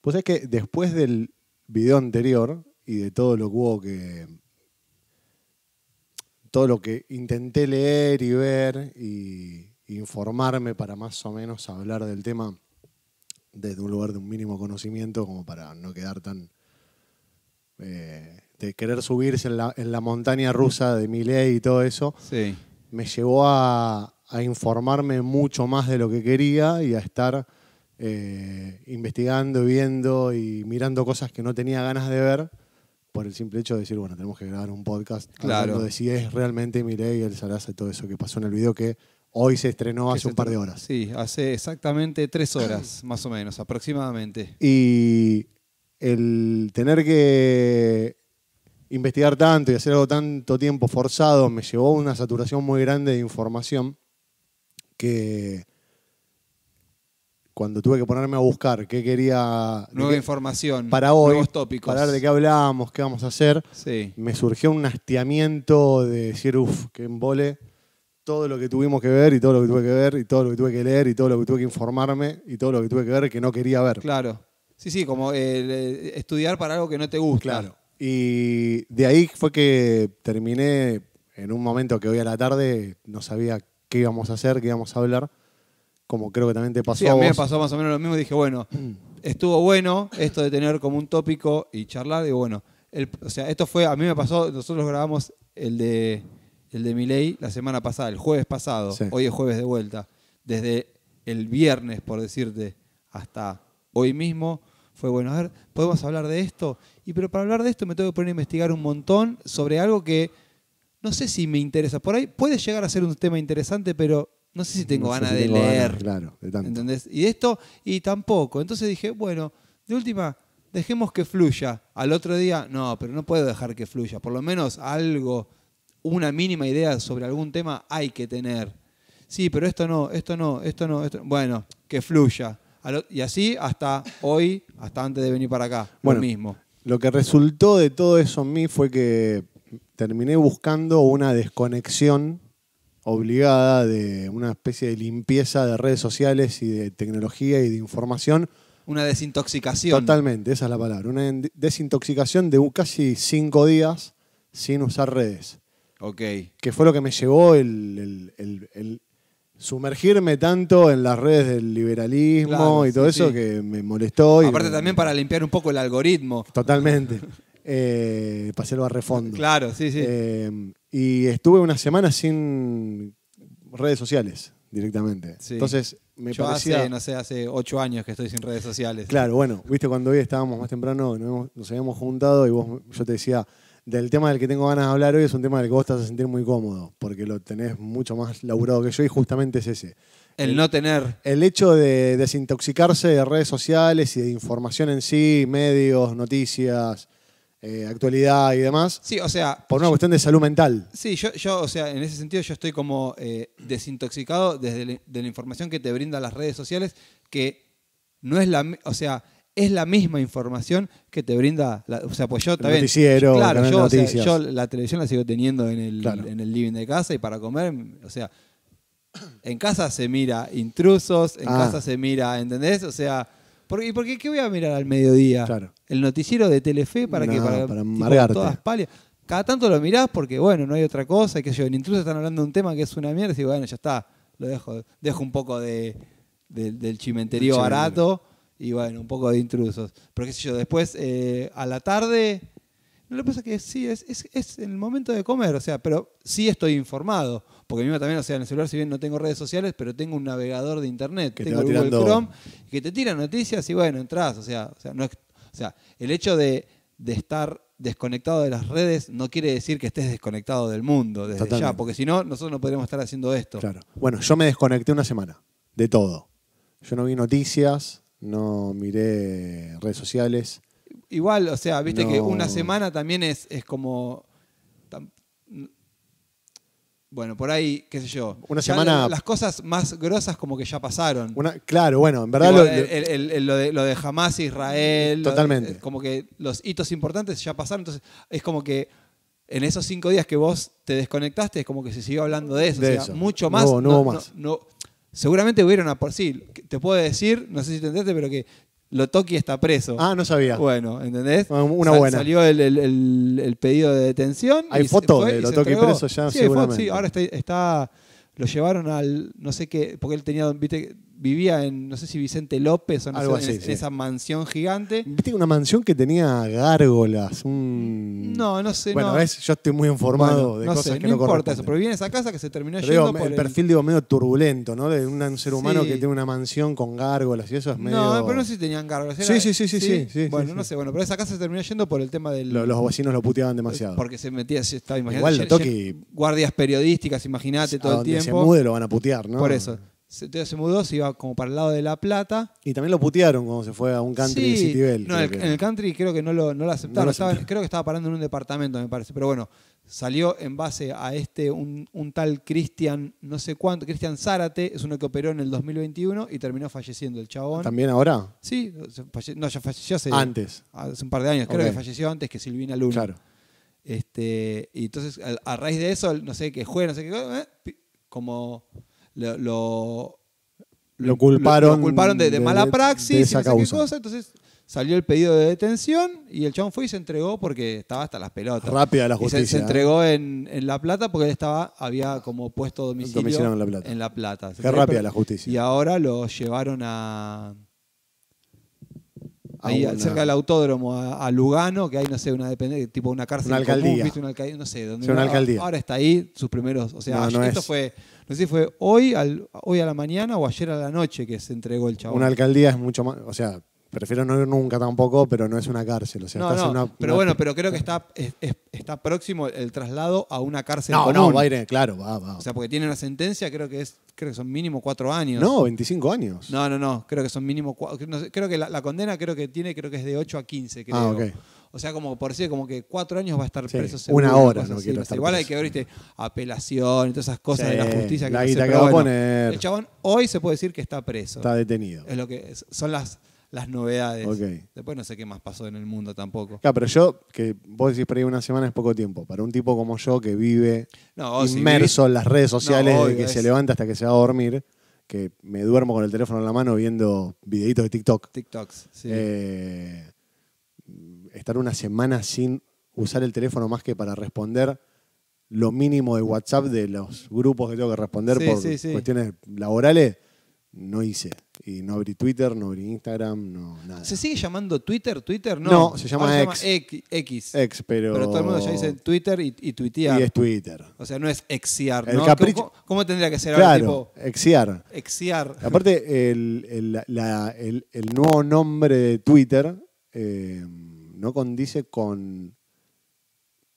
Pues es que después del video anterior y de todo lo que hubo que. Todo lo que intenté leer y ver y informarme para más o menos hablar del tema desde un lugar de un mínimo conocimiento, como para no quedar tan. eh, de querer subirse en la, en la montaña rusa de Miley y todo eso Sí. me llevó a, a informarme mucho más de lo que quería y a estar eh, investigando, viendo y mirando cosas que no tenía ganas de ver por el simple hecho de decir, bueno, tenemos que grabar un podcast Claro. hablando de si es realmente Mireille el Sarasa y todo eso que pasó en el video que hoy se estrenó hace un par de horas. Sí, hace exactamente tres horas, más o menos, aproximadamente. Y el tener que investigar tanto y hacer algo tanto tiempo forzado me llevó a una saturación muy grande de información que cuando tuve que ponerme a buscar qué quería de Nueva qué- información. para hoy, Nuevos tópicos. para ver de qué hablábamos, qué vamos a hacer, Sí. me surgió un hastiamiento de decir, uff, que embole todo lo que tuvimos que ver y todo lo que tuve que ver y todo lo que tuve que leer y todo lo que tuve que informarme y todo lo que tuve que ver que no quería ver. Claro. Sí, sí, como el, eh, estudiar para algo que no te gusta. Claro. Y de ahí fue que terminé en un momento que hoy a la tarde no sabía qué íbamos a hacer, qué íbamos a hablar. Como creo que también te pasó. Sí, a mí a me vos. pasó más o menos lo mismo. Dije, bueno, estuvo bueno esto de tener como un tópico y charlar. Digo, bueno, el- o sea, esto fue, a mí me pasó, nosotros grabamos el de, el de Miley la semana pasada, el jueves pasado. Sí. Hoy es jueves de vuelta. Desde el viernes, por decirte, hasta hoy mismo. Fue bueno, a ver, podemos hablar de esto. Y pero para hablar de esto me tengo que poner a investigar un montón sobre algo que no sé si me interesa. Por ahí puede llegar a ser un tema interesante, pero no sé si tengo No sé ganas si de tengo ganas, leer. claro, de tanto. ¿Entendés? Y esto, y tampoco. Entonces dije, bueno, de última, dejemos que fluya. Al otro día, no, pero no puedo dejar que fluya. Por lo menos algo, una mínima idea sobre algún tema hay que tener. Sí, pero esto no, esto no, esto no, esto no. Bueno, que fluya. Al o- Y así hasta hoy, hasta antes de venir para acá. Bueno. lo mismo. Lo que resultó de todo eso en mí fue que terminé buscando una desconexión obligada de una especie de limpieza de redes sociales y de tecnología y de información. Una desintoxicación. Totalmente, esa es la palabra. Una en- desintoxicación de un- casi cinco días sin usar redes. Ok. que fue lo que me llevó el, el- el- el sumergirme tanto en las redes del liberalismo Claro, y todo sí, eso sí. que me molestó. y Aparte me- también para limpiar un poco el algoritmo. Totalmente. Eh, pasé lo a refondo. Claro, sí, sí. Eh, y estuve una semana sin redes sociales directamente. Sí. Entonces me Yo parecía... hace, no sé, hace ocho años que estoy sin redes sociales. Claro, bueno, viste cuando hoy estábamos más temprano, nos, hemos- nos habíamos juntado y vos, yo te decía, del tema del que tengo ganas de hablar hoy es un tema del que vos te vas a sentir muy cómodo, porque lo tenés mucho más laburado que yo y justamente es ese. El no tener. El hecho de desintoxicarse de redes sociales y de información en sí, medios, noticias, eh, actualidad y demás, Sí, o sea, por una cuestión de salud mental. sí, yo, yo, o sea, en ese sentido yo estoy como eh, desintoxicado desde la, de la información que te brindan las redes sociales, que no es la, mi- o sea, es la misma información que te brinda, la- o sea, pues yo también, noticiero, claro, canal de yo, o sea, noticias. yo la televisión la sigo teniendo en el, Claro. en el living de casa y para comer, o sea, en casa se mira intrusos, en Ah. casa se mira, ¿entendés? O sea, ¿por, ¿y por qué, qué voy a mirar al mediodía? Claro. El noticiero de Telefe para que No, para, para tipo, amargarte. todas palias. Cada tanto lo mirás porque bueno, no hay otra cosa, que yo, en intrusos están hablando de un tema que es una mierda y bueno, ya está, lo dejo, dejo un poco de, de- del chimenterío Del chimenterio. barato y bueno, un poco de intrusos. Pero qué sé yo, después eh, a la tarde no, lo que pasa es que sí, es, es, es en el momento de comer, o sea, pero sí estoy informado. Porque mismo también, o sea, en el celular, si bien no tengo redes sociales, pero tengo un navegador de internet, Que te tengo va el Google tirando- Chrome, que te tira noticias y bueno, entras. O sea, o sea, no es- o sea el hecho de, de estar desconectado de las redes no quiere decir que estés desconectado del mundo desde Totalmente. ya, porque si no, nosotros no podríamos estar haciendo esto. Claro. Bueno, yo me desconecté una semana de todo. Yo no vi noticias, no miré redes sociales. Igual, o sea, viste No. que una semana también es, es como. tam- bueno, por ahí, qué sé yo. Una Ya semana- la- Las cosas más grosas como que ya pasaron. Una- claro, bueno, en verdad Igual eh, lo- el- el- el- el- lo, de, lo de Hamas, Israel. lo de- Totalmente. como que los hitos importantes ya pasaron. Entonces, es como que en esos cinco días que vos te desconectaste, es como que se siguió hablando de eso. De o sea, eso. mucho No más. hubo- no hubo más. no- seguramente hubieron a por sí. Te puedo decir, no sé si te enteraste, pero que Lotoki está preso. Ah, no sabía. Bueno, ¿entendés? Bueno, una buena. Salió el, el- el- el pedido de detención. Hay y se fotos fue de y se Lotoki entregó. preso ya, Sí, hay fotos, seguramente. sí, ahora está, está- Lo llevaron al. No sé qué. Porque él tenía. viste, vivía en. No sé si Vicente López o no Algo sé, en, así, en sí. esa mansión gigante. ¿Viste una mansión que tenía gárgolas? Un... No, no sé. Mm. Bueno, no. ves, yo estoy muy informado Bueno, de no cosas sé, que no no importa eso. corresponden. Pero viene esa casa que se terminó Pero yendo digo, por el perfil, digo, medio turbulento, ¿no? De un ser humano Sí. que tiene una mansión con gárgolas y eso es medio... No, pero no sé si tenían cargos. Sí, sí, sí, sí, sí, sí, Bueno, sí, no sí. sé. Bueno, pero esa casa se terminó yendo por el tema del. Lo- los vecinos lo puteaban demasiado. Porque se metía, se estaba imaginando. Igual ya- Lotoki- ya- Guardias periodísticas, imagínate a todo el donde se tiempo. mude lo van a putear, ¿no? Por eso. Se, entonces se mudó, se iba como para el lado de La Plata. Y también lo putearon cuando se fue a un country Sí, City Bell. no, creo el- que. en el country creo que no lo, no lo aceptaron. No lo Estaba- aceptaron. creo que estaba parando en un departamento, me parece. Pero bueno, salió en base a este, un, un tal Cristian, no sé cuánto, Cristian Zárate, es uno que operó en el 2021 y terminó falleciendo el chabón. ¿También ahora? Sí, se falle- no, ya falleció hace, Antes. hace un par de años. Creo Ok. que falleció antes que Silvina Luna. Claro. Este, y entonces, al- a, raíz de eso, no sé qué juega, no sé qué. cosa, eh, pi- Como lo. lo Lo culparon lo culparon de, de de- mala de- praxis de esa y no sé qué causa. cosa. Entonces salió el pedido de detención y el chabón fue y se entregó porque estaba hasta las pelotas. Rápida la Y se- justicia. ¿eh? se, entregó en, en La Plata porque él estaba, había como puesto domicilio, Domicilio en La Plata. En La Plata. Se Qué entregó, rápida pero- la justicia. Y ahora lo llevaron a. A ahí una- cerca del autódromo, a, a Lugano, que hay, no sé, una dependencia, tipo una cárcel. Una común, alcaldía. ¿viste? Una alcaldía, no sé, donde Sí, una ahora- alcaldía. Ahora está ahí, sus primeros. O sea, No, ayer- no esto es. fue. No sé si fue hoy, al- hoy a la mañana o ayer a la noche que se entregó el chabón. Una alcaldía es mucho más... O sea, prefiero no ir nunca tampoco, pero no es una cárcel. O sea, no, estás no, en una... pero una- bueno, pero creo que está, es- es- está próximo el traslado a una cárcel. No, no, común. va a ir... Claro, va, va. O sea, porque tiene una sentencia, creo que es, creo que son mínimo cuatro años. no, 25 años. No, no, no, creo que son mínimo cua- no sé, creo que la, la condena creo que tiene, creo que es de 8 a 15, creo. Ah, ok. O sea, como por decir, como que cuatro años va a estar Sí, preso una seguro, hora, cosa no así, quiero sé. estar Igual hay preso. que ver, viste, apelación y todas esas cosas Sí, de la justicia que la no sé, guita que pero va a bueno, poner. El chabón hoy se puede decir que está preso. Está detenido. Es lo que es- son las, las novedades. Ok. Después no sé qué más pasó en el mundo tampoco. Claro, pero yo, que vos decís por ahí una semana es poco tiempo. Para un tipo como yo que vive No, oh, si inmerso en las redes sociales, No, obvio, de que se es- levanta hasta que se va a dormir, que me duermo con el teléfono en la mano viendo videitos de TikTok. TikToks, sí. Eh, estar una semana sin usar el teléfono más que para responder lo mínimo de WhatsApp de los grupos que tengo que responder Sí, por sí, sí. cuestiones laborales, no hice. Y no abrí Twitter, no abrí Instagram, no nada. ¿Se sigue llamando Twitter? Twitter no. No, se llama Ahora X. X. X. Ex, pero... Pero todo el mundo ya dice Twitter y, y tuitea. Y es Twitter. O sea, no es exiar, El ¿no? capricho- ¿Cómo, cómo tendría que ser ahora, Claro, tipo, exiar. exiar? Aparte, el, el- la- la- el- el nuevo nombre de Twitter eh, no condice con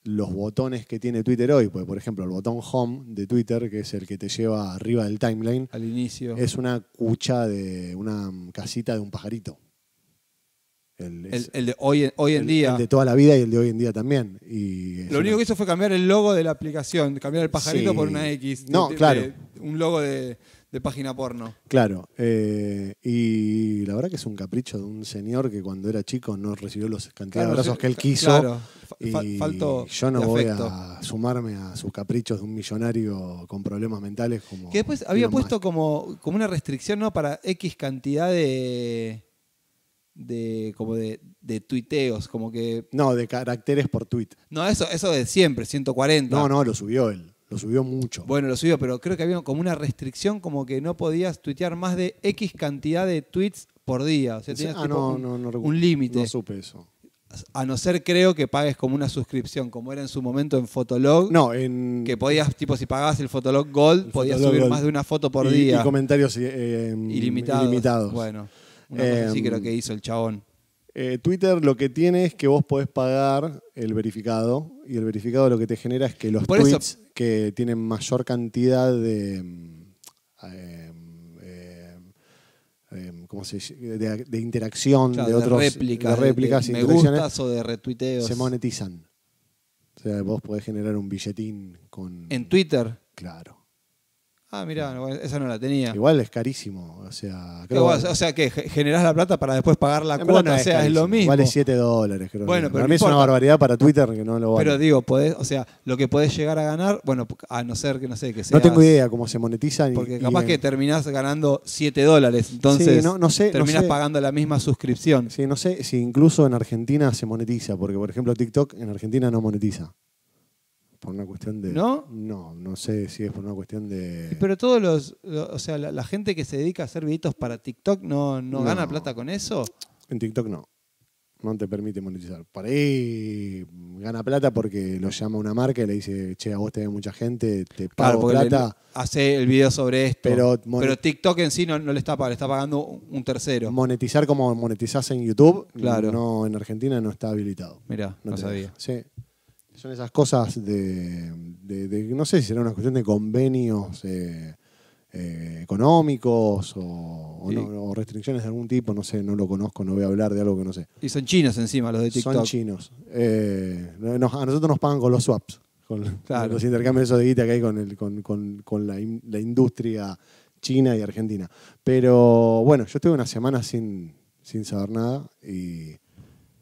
los botones que tiene Twitter hoy. Porque, por ejemplo, el botón home de Twitter, que es el que te lleva arriba del timeline, Al inicio. es una cucha de una casita de un pajarito. El, el, es- el de hoy, en- hoy en el- día. el de toda la vida y el de hoy en día también. Y es Lo único una- que hizo fue cambiar el logo de la aplicación, cambiar el pajarito Sí. por una X. de- No, de- claro. de- un logo de, de página porno. Claro, eh, y la verdad que es un capricho de un señor que cuando era chico no recibió los cantidad Claro, de abrazos sí, que él ca- quiso. claro. Fa- y fa- falto yo no de voy afecto. a sumarme a sus caprichos de un millonario con problemas mentales como. Que después había Elon puesto Musk. como, como una restricción, ¿no? Para X cantidad de. de como de, de tuiteos. Como que. No, de caracteres por tweet. No, eso, eso de siempre, 140. No, no, lo subió él. Lo subió mucho. Bueno, lo subió, pero creo que había como una restricción, como que no podías tuitear más de X cantidad de tweets por día. O sea, tenías ah, tipo no, un, no, no recu- un límite. No supe eso. a no ser, creo, que pagues como una suscripción, como era en su momento en Fotolog, No, en. que podías, tipo, si pagabas el Fotolog Gold, el podías Fotolog subir Gold. más de una foto por y- día. Y comentarios eh, ilimitados. ilimitados. Bueno, una cosa Em, así creo que hizo el chabón. Eh, Twitter lo que tiene es que vos podés pagar el verificado y el verificado lo que te genera es que los Por eso- tweets que tienen mayor cantidad de mm, em, em, em, ¿cómo se dice? de, de interacción Claro, de otros réplicas, de réplicas e de me interacciones, gustas o de retuiteos. se monetizan. O sea, vos podés generar un billetín con En Twitter. claro. Ah, mirá, no, esa no la tenía. Igual es carísimo. O sea, creo Igual, o sea que ge- generás la plata para después pagar la en cuota, verdad o es sea, es lo carísimo. mismo. Vale 7 dólares, creo. Bueno, que. pero para no mí es una importa. barbaridad para Twitter que no lo vale. Pero digo, podés, o sea, lo que podés llegar a ganar, bueno, a no ser que no sé, que sea. no tengo idea cómo se monetiza. ni- Porque y capaz en- que terminás ganando 7 dólares, entonces no- no sé, no terminás sé. pagando la misma suscripción. Sí, no sé si incluso en Argentina se monetiza, porque por ejemplo TikTok en Argentina no monetiza. Por una cuestión de. ¿No? No, no sé si es por una cuestión de. Pero todos los, lo- o sea, la, la gente que se dedica a hacer videitos para TikTok no, no, No. gana plata con eso. En TikTok no. No te permite monetizar. Por ahí gana plata porque lo llama una marca y le dice, che, a vos te ve mucha gente, te pago porque le- plata. hace el video sobre esto. Pero Pero, monet- TikTok en sí no, no le está pagando, le está pagando un tercero. Monetizar como monetizás en YouTube, Claro. no, en Argentina no está habilitado. Mirá, no, te sabía. deja. Sí. Son esas cosas de, de- de- No sé si será una cuestión de convenios eh, eh, económicos o, o Sí. no, o restricciones de algún tipo, no sé, no lo conozco, no voy a hablar de algo que no sé. Y son chinos encima los de TikTok. Son chinos. Eh, nos- a nosotros nos pagan con los swaps, con Claro. los intercambios esos de guita que hay con, el, con, con- con la, in- la industria china y argentina. Pero bueno, yo estuve una semana sin, sin saber nada y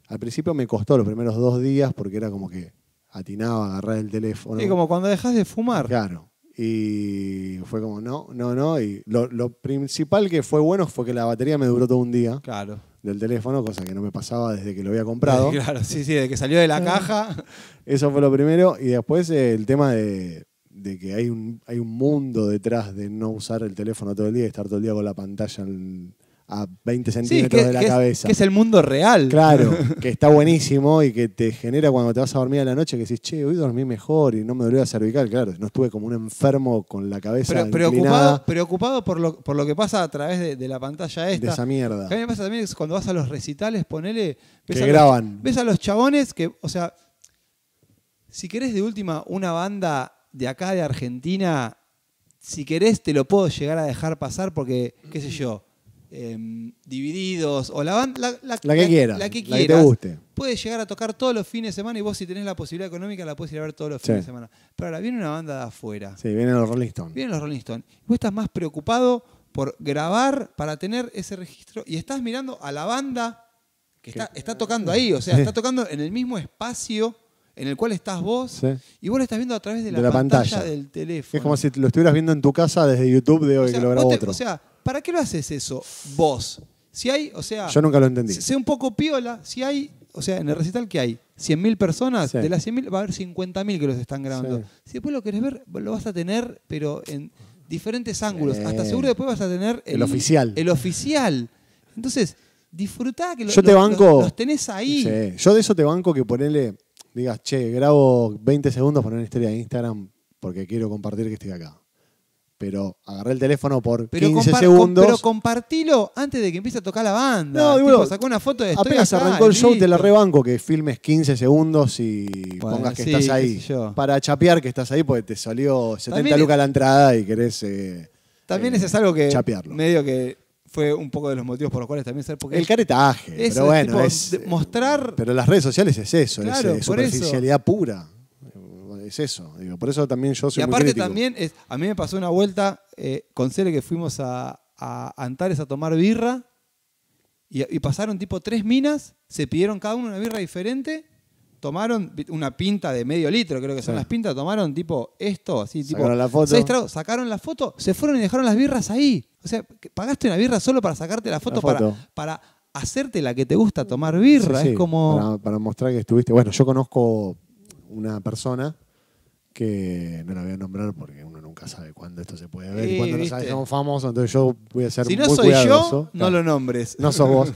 al principio me costó los primeros dos días porque era como que atinaba, agarrar el teléfono. Sí, como cuando dejas de fumar. Claro. Y fue como, no, no, no. Y lo, lo principal que fue bueno fue que la batería me duró todo un día Claro. del teléfono, cosa que no me pasaba desde que lo había comprado. Claro, sí, sí, de que salió de la caja. Eso fue lo primero. Y después eh, el tema de, de que hay un, hay un mundo detrás de no usar el teléfono todo el día y estar todo el día con la pantalla en- a 20 Sí, centímetros de la es, cabeza. que es el mundo real. Claro, que está buenísimo y que te genera cuando te vas a dormir a la noche que decís, che, hoy dormí mejor y no me dolió la cervical. Claro, no estuve como un enfermo con la cabeza Pero, inclinada preocupado preocupado por, lo, por lo que pasa a través de, de la pantalla de esta. esa mierda. Que a mí me pasa también es cuando vas a los recitales, ponele. Que a los- graban. ves a los chabones que, o sea, si querés de última una banda de acá de Argentina, si querés te lo puedo llegar a dejar pasar porque, qué sé yo, em, divididos o la banda. La, La que quieras, La que la que te quieras, guste. Puede llegar a tocar todos los fines de semana y vos, si tenés la posibilidad económica, la puedes ir a ver todos los Sí. fines de semana. Pero ahora viene una banda de afuera. Sí, vienen los Rolling Stones. Vienen los Rolling Stones. Y vos estás más preocupado por grabar para tener ese registro y estás mirando a la banda que está, está tocando ahí, o sea, Sí. está tocando en el mismo espacio en el cual estás vos Sí. y vos lo estás viendo a través de la, De la pantalla, pantalla. del teléfono. Es como si lo estuvieras viendo en tu casa desde YouTube de hoy o sea, que lo grabó vos te- otro. o sea, ¿para qué lo haces eso vos? Si hay, o sea, Yo nunca lo entendí. sé un poco piola, si hay, o sea, en el recital que hay 100.000 personas, Sí. de las 100.000 va a haber 50.000 que los están grabando. Sí. Si después lo querés ver, lo vas a tener, pero en diferentes ángulos. Sí. Hasta seguro después vas a tener El oficial. El oficial. Entonces, disfrutá que lo- Yo te lo- banco- lo- los tenés ahí. Sí, Yo de eso te banco que ponele, digas, che, grabo 20 segundos para una historia de Instagram porque quiero compartir que estoy acá. Pero agarré el teléfono por Pero, 15 compar- com- segundos. pero compartilo antes de que empiece a tocar la banda. No, y Tipo, bueno, sacá una foto de estoy Apenas acá, arrancó el show, te la listo. rebanco que filmes 15 segundos y Bueno, pongas que sí, estás qué ahí. sé yo. Para chapear que estás ahí porque te salió 70 También- lucas la entrada y querés. eh, También eh, ese es algo que Chapearlo. medio que fue un poco de los motivos por los cuales también ser porque El caretaje. Eso pero es bueno, tipo es. de- mostrar- Pero las redes sociales es eso, es, Claro, eh, por eso. superficialidad pura. Es eso. digo, por eso también yo soy y muy aparte crítico. también es a mí me pasó una vuelta eh, con Cele que fuimos a, a Antares a tomar birra y, y pasaron tipo tres minas se pidieron cada uno una birra diferente tomaron vi- una pinta de medio litro creo que son Sí. las pintas tomaron tipo esto así tipo Sacaron la foto. seis tragos, sacaron la foto se fueron y dejaron las birras ahí o sea que pagaste una birra solo para sacarte la foto, foto. para para hacerte la que te gusta tomar birra Sí, sí, es como para, para mostrar que estuviste. Bueno, yo conozco una persona que no la voy a nombrar porque uno nunca sabe cuándo esto se puede ver Sí, y cuándo nos viste. hacemos famosos, entonces yo voy a ser Si no muy soy cuidadoso. yo, no Claro, lo nombres. no sos vos.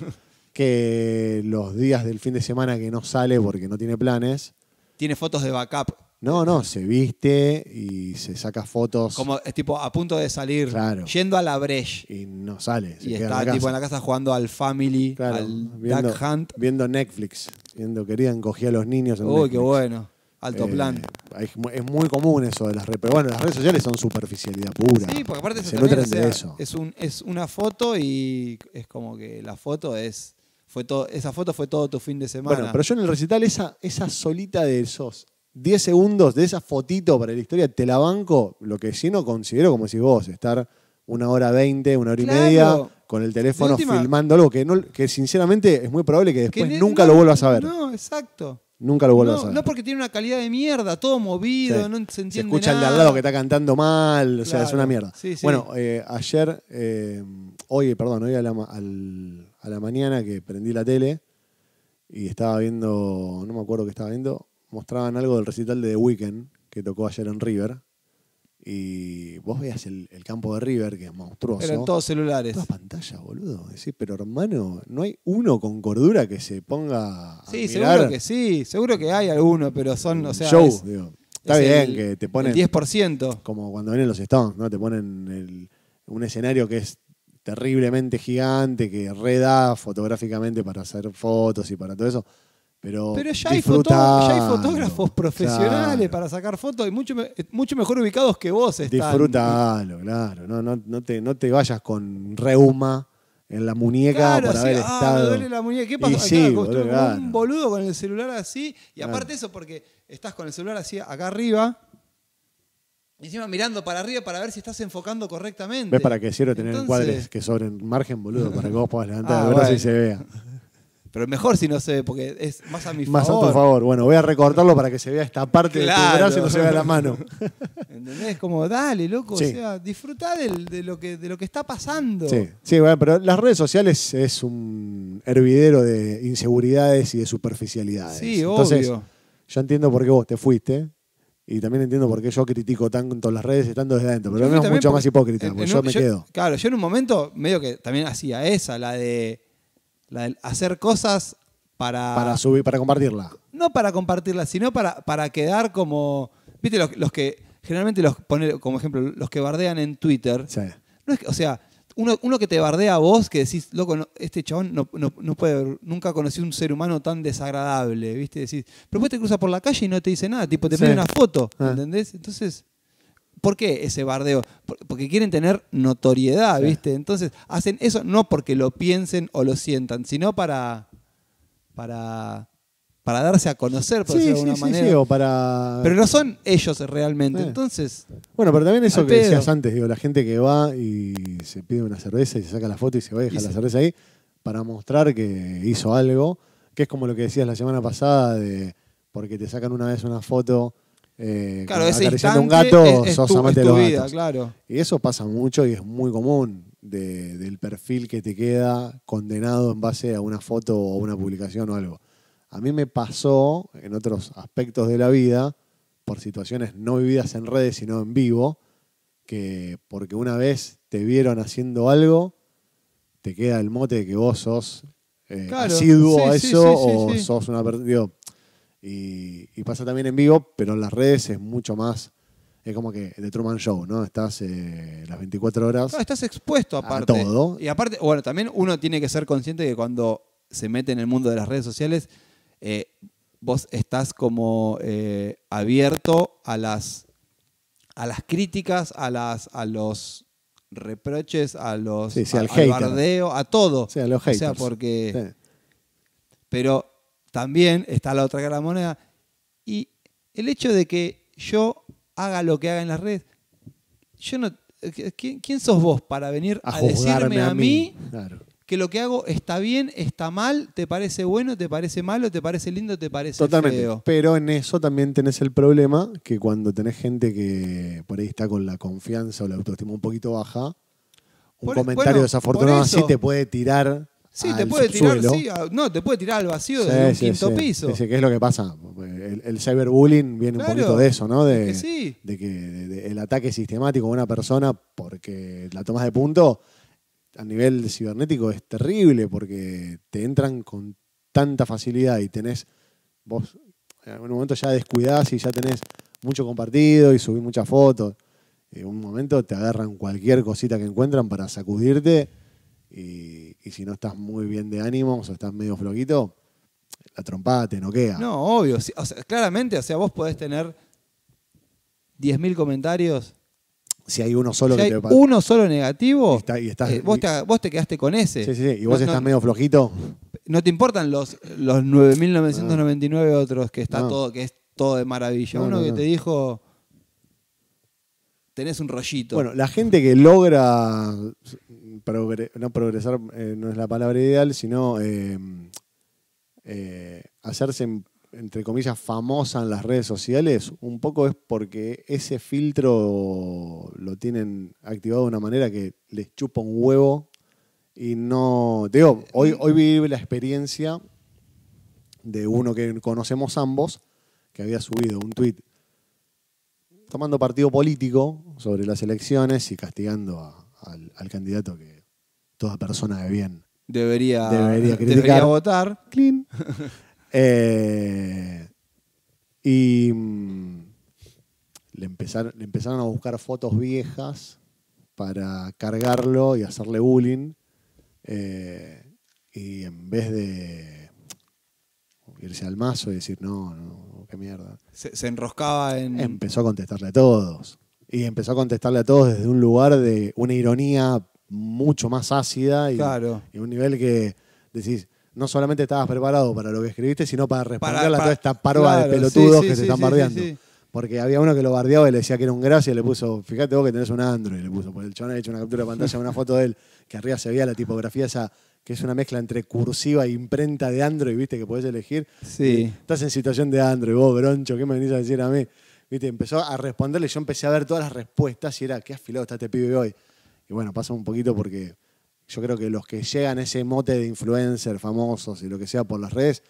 Que los días del fin de semana que no sale porque no tiene planes, Tiene fotos de backup. no, no, se viste y se saca fotos Como es tipo a punto de salir, Claro. yendo a la Breche. y no sale. se Y queda está en la tipo casa. en la casa jugando al Family, Claro, al viendo, Duck Hunt. viendo Netflix, viendo querían cogía a los niños. en Uy, qué Netflix. bueno. Alto Eh, plan. hay- Es muy común eso de las redes. Pero bueno, las redes sociales son superficialidad pura. Sí, porque aparte eso se también, nutren o sea, de eso. Es, un, es una foto y es como que la foto es. Fue todo, esa foto fue todo tu fin de semana. Bueno, pero yo en el recital, esa, esa solita de esos 10 segundos de esa fotito para la historia, te la banco, lo que sí no considero como si vos, estar una hora veinte, una hora Claro. y media con el teléfono De última- filmando algo que, no, que sinceramente es muy probable que Que después ne- nunca no, lo vuelvas a ver. No, exacto. Nunca lo vuelvas no, a ver. no porque tiene una calidad de mierda, todo movido, Sí. no se entiende escucha el de al nada. lado que está cantando mal, o sea, es Claro. una mierda. Sí, sí. Bueno, eh, ayer, eh, hoy, perdón, hoy a la, ma- al- a la mañana que prendí la tele y estaba viendo, no me acuerdo qué estaba viendo, mostraban algo del recital de The Weeknd que tocó ayer en River. Y vos veías el, el campo de River, que es monstruoso. Eran todos celulares. Todas pantallas, boludo. Decís, pero hermano, no hay uno con cordura que se ponga a Sí, mirar seguro que sí, seguro que hay alguno, pero son, o un sea, show. es- digo. Está es bien el- que te ponen el 10%. como cuando vienen los Stones, ¿no? Te ponen el- un escenario que es terriblemente gigante, que reda fotográficamente para hacer fotos y para todo eso. Pero, Pero ya hay, foto- disfrutalo. ya hay fotógrafos profesionales Claro. para sacar fotos y mucho, me- mucho mejor ubicados que vos están. Disfrutalo, claro. No, no, no, te, no te vayas con reuma en la muñeca Claro, por sí, haber ah, estado. me duele la muñeca. ¿Qué Y pasó? sí, Claro, boludo, como estuve como claro. un boludo con el celular así. Y Claro. aparte eso porque estás con el celular así acá arriba. Y encima mirando para arriba para ver si estás enfocando correctamente. ¿Ves para qué sirve tener Entonces- encuadres que sobren margen, boludo? Para que vos puedas levantar Ah, el brazo y bueno. se vea. Pero mejor si no se ve porque es más a mi Más favor. a tu favor. Bueno, voy a recortarlo para que se vea esta parte de tu Claro. brazo y no se vea la mano. ¿Entendés? Como dale, loco. Sí. O sea, disfrutá del- de, lo que, de lo que está pasando. Sí, sí, bueno, pero las redes sociales es un hervidero de inseguridades y de superficialidades. Sí, Entonces, obvio. yo entiendo por qué vos te fuiste y también entiendo por qué yo critico tanto las redes estando desde adentro, pero Yo al menos también mucho porque- más hipócrita, en- porque en yo un- me quedo. Claro, yo en un momento medio que también hacía esa, la de, la de hacer cosas para... Para subir, para compartirla. no para compartirlas, sino para, para quedar como... Viste, los, los que generalmente los poner como ejemplo, los que bardean en Twitter. Sí. No es que- o sea, uno, uno que te bardea a vos, que decís, loco, no, este chabón no, no- no puede haber- nunca conocí un ser humano tan desagradable, ¿viste? Decís, pero vos te cruzas por la calle y no te dice nada, tipo, te Sí. pide una foto, Ah. ¿entendés? Entonces, ¿por qué ese bardeo? Por- Porque quieren tener notoriedad, Sí. ¿viste? Entonces, hacen eso no porque lo piensen o lo sientan, sino para. para. para darse a conocer, por Sí, decirlo de sí, alguna sí, manera. sí, o para... pero no son ellos realmente. Eh. Entonces, Bueno, pero también eso Al que pedo. decías antes, digo, la gente que va y se pide una cerveza y se saca la foto y se va y deja Y la se- cerveza ahí para mostrar que hizo algo, que es como lo que decías la semana pasada de porque te sacan una vez una foto eh, claro, con- ese acariciando instante a un gato, es, es sos tu, amante es de tu los vida, gatos. claro. Y eso pasa mucho y es muy común de- del perfil que te queda condenado en base a una foto o una publicación o algo. A mí me pasó en otros aspectos de la vida, por situaciones no vividas en redes, sino en vivo, que porque una vez te vieron haciendo algo, te queda el mote de que vos sos eh, Claro, asiduo sí, a sí, eso sí, sí, o sí. sos una persona. Y, y pasa también en vivo, pero en las redes es mucho más. Es como que The Truman Show, ¿no? Estás eh, las 24 horas. Claro, estás expuesto A aparte. todo. Y aparte, bueno, también uno tiene que ser consciente que cuando se mete en el mundo de las redes sociales, eh, vos estás como eh, abierto a las, a las críticas, a, las, a los reproches, a los Sí, sí, a- al al hater. bardeo, a todo. O sea, los haters. O sea, porque... Sí. Pero también está la otra cara de la moneda. Y el hecho de que yo haga lo que haga en las redes, yo no. ¿Quién, quién sos vos para venir A, a, juzgarme decirme a mí. Claro. que lo que hago está bien, está mal, te parece bueno, te parece malo, te parece lindo, te parece Totalmente. feo? Pero en eso también tenés el problema que cuando tenés gente que por ahí está con la confianza o la autoestima un poquito baja, un Por- e- comentario bueno, desafortunado por eso. así te puede tirar. Sí, te al puede subsuelo. tirar, sí, a- no, te puede tirar al vacío Sí, desde un sí, quinto sí. piso. Sí, sí, que es lo que pasa. El, el cyberbullying viene un Claro, poquito de eso, ¿no? De, es que sí. de que de- de- el ataque sistemático a una persona porque la tomas de punto a nivel cibernético es terrible porque te entran con tanta facilidad y tenés vos en algún momento ya descuidás y ya tenés mucho compartido y subís muchas fotos. En un momento te agarran cualquier cosita que encuentran para sacudirte y, y si no estás muy bien de ánimo o estás medio floquito, la trompada te noquea. No, obvio. sí, o sea, claramente, o sea, vos podés tener 10.000 comentarios Si hay uno solo si que hay te pa- uno solo negativo, Y está- y estás- eh, vos, y- te, vos te quedaste con ese. Sí, sí, sí. Y vos no, estás no- medio flojito. no te importan los, los 9.999 otros que está Ah. No. todo, que es todo de maravilla. No, Uno no, que no. te dijo, tenés un rollito. Bueno, la gente que logra progre- no progresar eh, no es la palabra ideal, sino eh, eh, hacerse, en- entre comillas, famosa en las redes sociales, un poco es porque ese filtro lo tienen activado de una manera que les chupa un huevo y no... Te Digo, hoy, hoy viví la experiencia de uno que conocemos ambos, que había subido un tuit tomando partido político sobre las elecciones y castigando a- al, al candidato que toda persona de bien debería, debería criticar. votar. Clean. Eh, y mm, le empezaron, le empezaron a buscar fotos viejas para cargarlo y hacerle bullying. Eh, y en vez de irse al mazo y decir, no, no, qué mierda Se, se enroscaba en... empezó a contestarle a todos. Y empezó a contestarle a todos desde un lugar de una ironía mucho más ácida y, Claro. y un nivel que decís, no solamente estabas preparado para lo que escribiste, sino para responderle a para- toda esta parva claro, de pelotudos sí, sí, que sí, se están sí, bardeando. sí, sí. Porque había uno que lo bardeaba y le decía que era un gracia y le puso, fíjate vos que tenés un Android, le puso, porque el chabón ha hecho una captura de pantalla, una foto de él, que arriba se veía la tipografía esa, que es una mezcla entre cursiva e imprenta de Android, viste, que podés elegir. Sí. Estás en situación de Android, vos, broncho, ¿qué me venís a decir a mí? Viste, empezó a responderle, yo empecé a ver todas las respuestas y era, qué afilado está este pibe hoy. Y bueno, pasa un poquito porque yo creo que los que llegan a ese mote de influencer, famosos y lo que sea por las redes,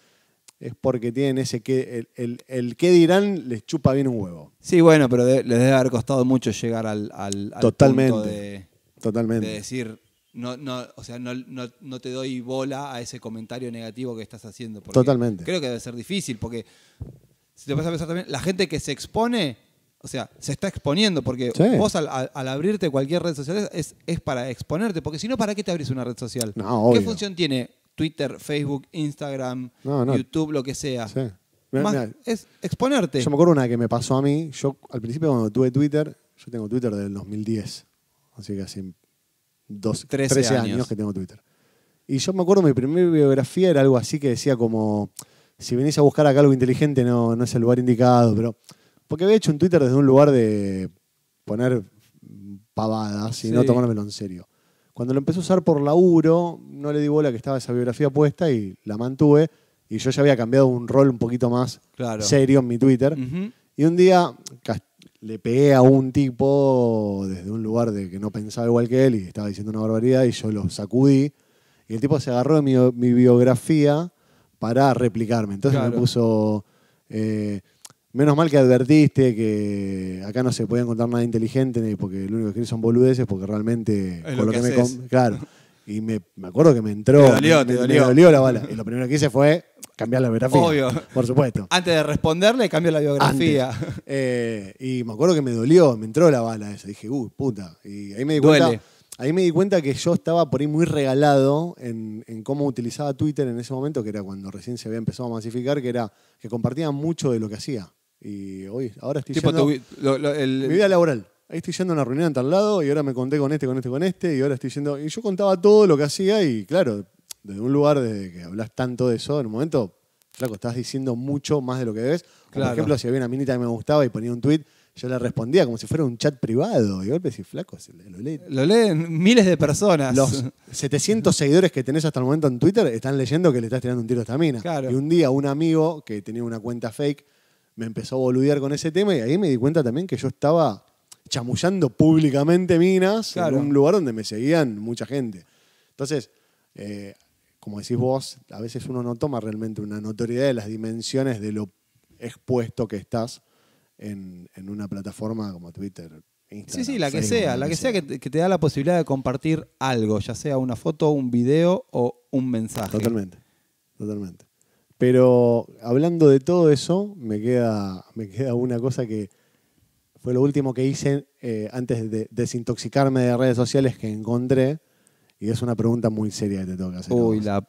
es porque tienen ese que, el, el, el qué dirán les chupa bien un huevo. Sí, bueno, pero de- les debe haber costado mucho llegar al, al, al Totalmente. punto de, de Totalmente. decir, no, no, o sea, no, no- no te doy bola a ese comentario negativo que estás haciendo. porque Totalmente. Creo que debe ser difícil, porque si te vas a pensar también, la gente que se expone, o sea, se está exponiendo, porque Sí. vos al, al- al abrirte cualquier red social es, es para exponerte, porque si no, ¿para qué te abrís una red social? No, ¿Qué obvio. función tiene Twitter, Facebook, Instagram, No, no. YouTube, lo que sea? Sí. Mirá, Más mirá. es exponerte. Yo me acuerdo una que me pasó a mí. Yo al principio cuando tuve Twitter, yo tengo Twitter del 2010. Así que hace dos, 13 13, años. años que tengo Twitter. Y yo me acuerdo mi primera biografía era algo así que decía como, si venís a buscar acá algo inteligente no, no es el lugar indicado, pero... Porque había hecho un Twitter desde un lugar de poner pavadas y no Sí. tomármelo en serio. Cuando lo empecé a usar por laburo, no le di bola que estaba esa biografía puesta y la mantuve. Y yo ya había cambiado un rol un poquito más Claro. serio en mi Twitter. Ujú. Y un día cas- le pegué a un tipo desde un lugar de que no pensaba igual que él y estaba diciendo una barbaridad y yo lo sacudí. Y el tipo se agarró de mi, mi biografía para replicarme. Entonces Claro. me puso, eh, menos mal que advertiste que acá no se podía encontrar nada inteligente ni- porque lo único que escribís son boludeces porque realmente... Es con lo que me haces. com- Claro. Y me, me acuerdo que me entró... Te dolió, me- te me- dolió. Me dolió la bala. Y lo primero que hice fue cambiar la biografía. Obvio. Por supuesto. Antes de responderle, cambio la biografía. Antes. Eh, y me acuerdo que me dolió, me entró la bala esa. Dije, uy, puta. Y ahí me di Duele. cuenta. Ahí me di cuenta que yo estaba por ahí muy regalado en, en cómo utilizaba Twitter en ese momento, que era cuando recién se había empezado a masificar, que era que compartía mucho de lo que hacía. Y hoy, ahora estoy Tipo, yendo- tu- lo- lo- el- mi vida laboral. Ahí estoy yendo a una reunión en tal lado y ahora me conté con este, con este, con este y ahora estoy yendo. Y yo contaba todo lo que hacía y claro, desde un lugar de que hablas tanto de eso, en un momento, flaco, estás diciendo mucho más de lo que debes. O, Claro. Por ejemplo, si había una minita que me gustaba y ponía un tweet, yo le respondía como si fuera un chat privado. Y de golpe decís, flaco, se le- lo lee. lo leen miles de personas. Los 700 seguidores que tenés hasta el momento en Twitter están leyendo que le estás tirando un tiro a esta mina. Claro. Y un día un amigo que tenía una cuenta fake me empezó a boludear con ese tema y ahí me di cuenta también que yo estaba chamullando públicamente minas Claro. en un lugar donde me seguían mucha gente. Entonces, eh, como decís vos, a veces uno no toma realmente una notoriedad de las dimensiones de lo expuesto que estás en, en una plataforma como Twitter. Sí, Instagram, sí, la que Facebook, sea, lo la que sea que te, que te da la posibilidad de compartir algo, ya sea una foto, un video o un mensaje. Totalmente, totalmente. Pero hablando de todo eso, me queda, me queda una cosa que fue lo último que hice eh, antes de desintoxicarme de redes sociales que encontré. Y es una pregunta muy seria que te toca hacer. a Uy, vos. la...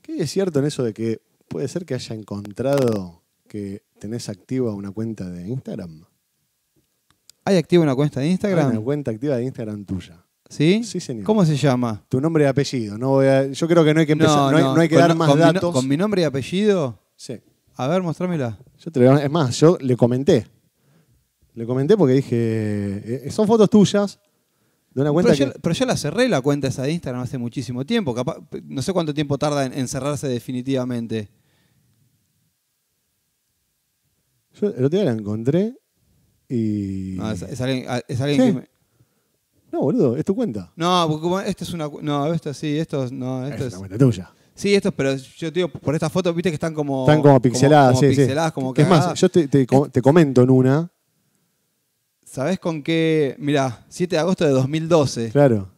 ¿Qué es cierto en eso de que puede ser que haya encontrado que tenés activa una cuenta de Instagram? ¿Hay activa una cuenta de Instagram? Una cuenta activa de Instagram tuya. ¿Sí? Sí, señor. ¿Cómo se llama? Tu nombre y apellido. No voy a- yo creo que no hay que empezar- no, hay, no hay que con- dar más con mi no- datos. con mi nombre y apellido, Sí. A ver, mostrámela. Yo te lo- es más, yo le comenté. Le comenté porque dije, eh, son fotos tuyas de una cuenta Pero, yo, que... pero yo la cerré la cuenta esa de Instagram hace muchísimo tiempo. Capaz- no sé cuánto tiempo tarda en, en cerrarse definitivamente. Yo el otro día la encontré y... No, Ah, es, es alguien, a- es alguien Sí. que me- No, boludo, es tu cuenta. No, porque como esta es una. cu- No, esto sí, esto no, esto es es. una cuenta tuya. Sí, esto, pero yo te digo, por estas fotos, viste que están como. Están como pixeladas, como sí, sí. pixeladas, como Que es más, cagadas. yo te, te co- te comento en una. ¿Sabés con qué? Mirá, 7 de agosto de 2012. Claro.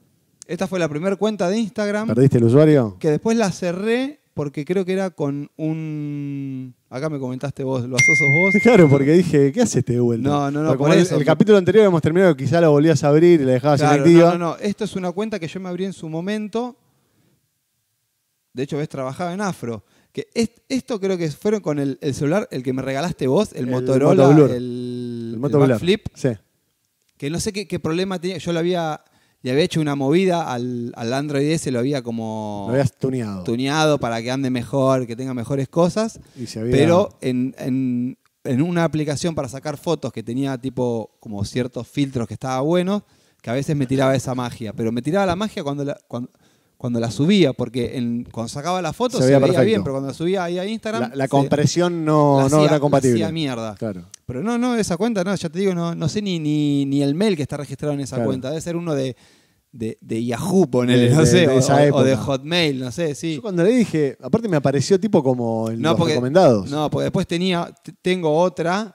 Esta fue la primera cuenta de Instagram ¿Perdiste el usuario? que después la cerré porque creo que era con un. Acá me comentaste vos, lo asosos vos. Claro, porque dije, ¿qué haces este de vuelta? No, no, no, Porque como por el, eso. el capítulo anterior hemos terminado, quizá la volvías a abrir y la dejabas Claro, inactiva. no, no, no. Esto es una cuenta que yo me abrí en su momento. De hecho, ves, trabajaba en Afro. Que es- esto creo que fueron con el, el celular, el que me regalaste vos, el, El Motorola, Motoblur. el, El el Moto Blur. Backflip. Sí. Que no sé qué, qué problema tenía. Yo le había, le había hecho una movida al, al Android S, lo había como Lo habías tuneado. tuneado para que ande mejor, que tenga mejores cosas. Y se había- Pero en, en- en una aplicación para sacar fotos que tenía tipo como ciertos filtros que estaba bueno, que a veces me tiraba esa magia. Pero me tiraba la magia cuando la, cuando, cuando la subía, porque en- cuando sacaba la foto Se se, veía veía perfecto. bien, pero cuando la subía ahí a Instagram. la, la se- compresión no, la no hacía- era compatible. la hacía mierda. Claro. Pero no, no, esa cuenta, no, ya te digo, no, no sé ni, ni, ni el mail que está registrado en esa Claro. cuenta. Debe ser uno de, de, de Yahoo, ponele, De- no de- sé, de o- esa o- o, época. de Hotmail, no sé, sí. Yo cuando le dije, aparte me apareció tipo como en No, los porque, recomendados. No, porque después tenía, t- tengo otra,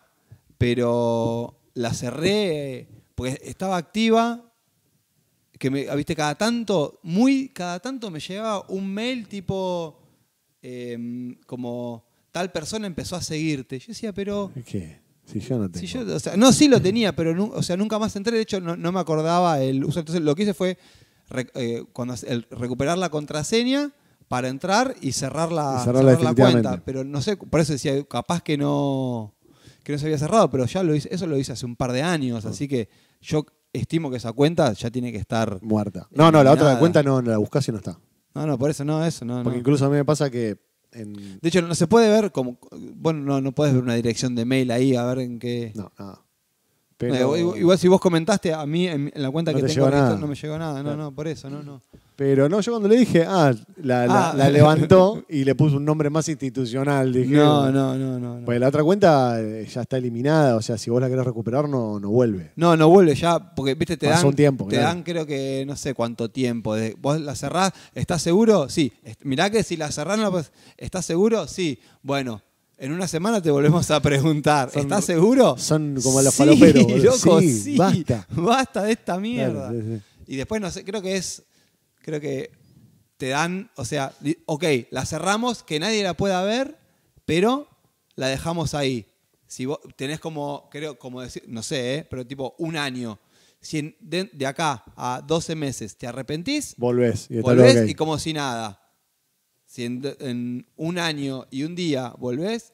pero la cerré eh, porque estaba activa. Que me, ah, viste, cada tanto, muy, cada tanto me llegaba un mail tipo em, como tal persona empezó a seguirte. Yo decía, pero. Es que, si yo no tengo. Si yo, o sea, no, sí lo tenía, pero nu- o sea, nunca más entré. De hecho, no, no me acordaba el uso. Entonces, lo que hice fue rec- eh, cuando hace- el recuperar la contraseña para entrar y cerrar la, Y cerrarla cerrar la definitivamente. cuenta. Pero no sé, por eso decía, capaz que no, que no se había cerrado, pero ya lo hice, eso lo hice hace un par de años. Así que yo estimo que esa cuenta ya tiene que estar. Muerta. No, no, la otra Eliminada. cuenta no, no la buscás y no está. Eh, No, no, por eso no, eso no. no. Porque incluso a mí me pasa que en... De hecho, no se puede ver como. Bueno, no, no puedes ver una dirección de mail ahí, a ver en qué. No, nada. No, Eh, igual- igual si vos comentaste a mí en, en la cuenta No que te tengo llegó nada. registro- no me llegó nada, no, no, por eso, no, no. Pero no, yo cuando le dije, ah, la, la- Ah. la levantó y le puso un nombre más institucional. Dije, No, no, no, no. No, Pues la otra cuenta eh, ya está eliminada, o sea, si vos la querés recuperar no, no vuelve. no, no vuelve ya, porque viste, te Pasó dan. un tiempo, te claro. dan creo que no sé cuánto tiempo. de- vos la cerrás, ¿estás seguro? Sí. Est- Mirá que si la cerrás, no la podés- ¿estás seguro? Sí. Bueno. En una semana te volvemos a preguntar, Son- ¿estás seguro? son como los sí, faloperos, boludo. Loco, Sí, sí, basta. basta. Basta de esta mierda. Claro, sí, sí. Y después, no sé, creo que es. Creo que te dan. O sea, di- ok, la cerramos, que nadie la pueda ver, pero la dejamos ahí. Si vos tenés como, creo, como decir, no sé, ¿eh? pero tipo un año. Si en- de, de acá a 12 meses te arrepentís, Volvés y está volvés todo ok. y como si nada. Si en, do- en un año y un día volvés,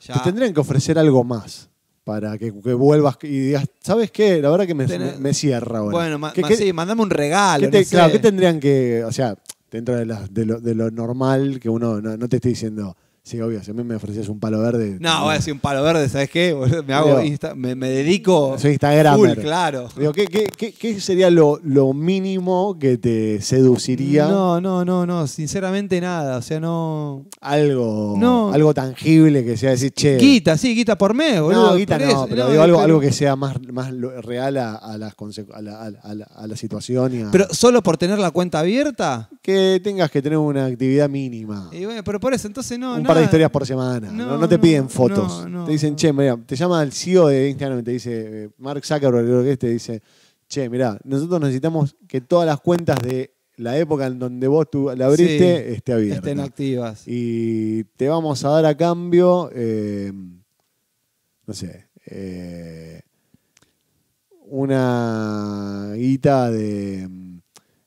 ya. Te tendrían que ofrecer algo más para que, que vuelvas y digas, ¿sabes qué? La verdad que me, Tenés- me cierra ahora. Bueno, ma- ¿Qué- ma- qué- sí, mandame un regalo. qué te- no sé. Claro, ¿qué tendrían que, o sea, dentro de, las- de lo, de lo normal que uno, no, no te estoy diciendo, sí, obvio, si a mí me ofreces un palo verde. No, voy a decir un palo verde, ¿sabes qué? boludo? Me hago Digo, Insta- me, me dedico. Soy Instagramer. Full, claro. Digo, ¿qué, qué, qué- qué sería lo, lo mínimo que te seduciría? No, no, no, no, sinceramente nada, o sea, no. Algo, No. algo tangible que sea decir, che. Guita, sí, guita por mes, boludo. no, guita por no, eso, este pero digo, algo, pero- algo que sea más, más lo- real a, a las conse- a, la, a la- a la- a la situación y a- Pero solo por tener la cuenta abierta. que tengas que tener una actividad mínima. Y bueno, pero por eso, entonces Eh, no. un nada. par de historias por semana. No, No, No te no, piden no, fotos. no, te dicen, no. che, mira, te llama el CEO de Instagram y te dice, eh, Mark Zuckerberg, creo que es, te dice, che, mirá, nosotros necesitamos que todas las cuentas de la época en donde vos tú la abriste Sí, esté abierta. Estén activas. y te vamos a dar a cambio, eh, no sé, eh, una guita de... mm,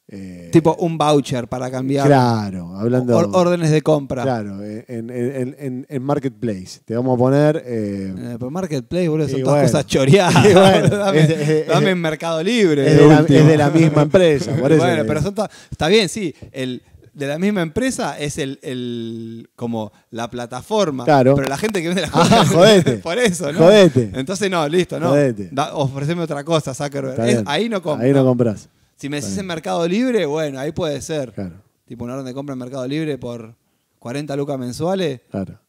eh, tipo un voucher para cambiar. Claro, hablando... or- órdenes de compra. Claro, en, en- en- en- en Marketplace. Te vamos a poner. eh, Eh, pero Marketplace, boludo, son Y todas bueno. cosas choreadas. Y bueno, dame, es de- es de- dame en Mercado Libre. es, de la, último. es de la misma empresa, por eso. bueno, te pero digo. son todas- Está bien, sí. El, de la misma empresa es el, el- como la plataforma. Claro. Pero la gente que vende las Ah, cosas. jodete. Por eso, ¿no? Jodete. Entonces, no, listo, no. Jodete. Da- ofreceme otra cosa, Zuckerberg. Está Es- bien. ahí no compro. Ahí no compras. si me decís bien. en Mercado Libre, bueno, ahí puede ser. Claro, Tipo una orden de compra en Mercado Libre por 40 lucas mensuales, claro,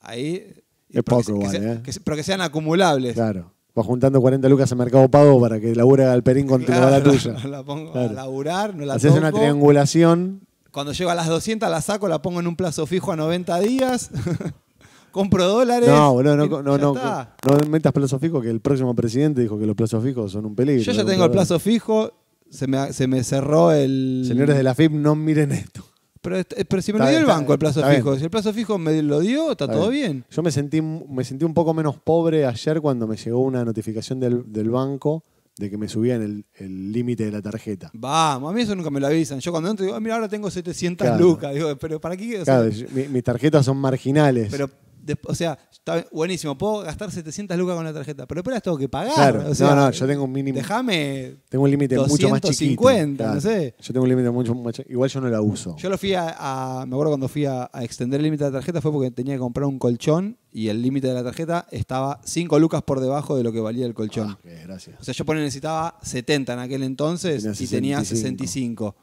ahí. Es pero que poco se- que igual, se- ¿eh? que se- pero que sean acumulables. claro. Vas juntando 40 lucas en Mercado Pago para que labure Galperín con tu Claro, la tuya. no la pongo a Claro. laburar, no la Haces una toco. triangulación. Cuando llego a las 200 la saco, la pongo en un plazo fijo a 90 días. Compro dólares. No, boludo, no, y no, ya no, está. no metas plazos fijos, que el próximo presidente dijo que los plazos fijos son un peligro. Yo ya tengo el plazo fijo. Se me, se me cerró el. Señores de la FIP, no miren esto. Pero, est- eh, pero si me Está lo dio bien, el está banco el plazo bien, está fijo. bien. Si el plazo fijo me lo dio, está, todo bien. Yo me sentí, me sentí un poco menos pobre ayer cuando me llegó una notificación del, del banco de que me subían el- el límite de la tarjeta. Vamos, a mí eso nunca me lo avisan. Yo cuando entro digo, "Ah, mira, ahora tengo 700 Claro. lucas. Digo, pero ¿para qué? O sea, Claro, yo- mi- mis tarjetas son marginales. pero, de- o sea, está buenísimo. Puedo gastar 700 lucas con la tarjeta, pero después las tengo que pagar. Claro, o sea, no, no, yo tengo un mínimo. Déjame. Tengo un límite mucho más chiquito. 250, no sé. Yo tengo un límite mucho más chi- Igual yo no la uso. Yo lo fui a, a- Me acuerdo cuando fui a, a extender el límite de la tarjeta fue porque tenía que comprar un colchón y el límite de la tarjeta estaba 5 lucas por debajo de lo que valía el colchón. Ah, ok, gracias. O sea, yo ponele, necesitaba 70 en aquel entonces Tenía y tenía 65. 65.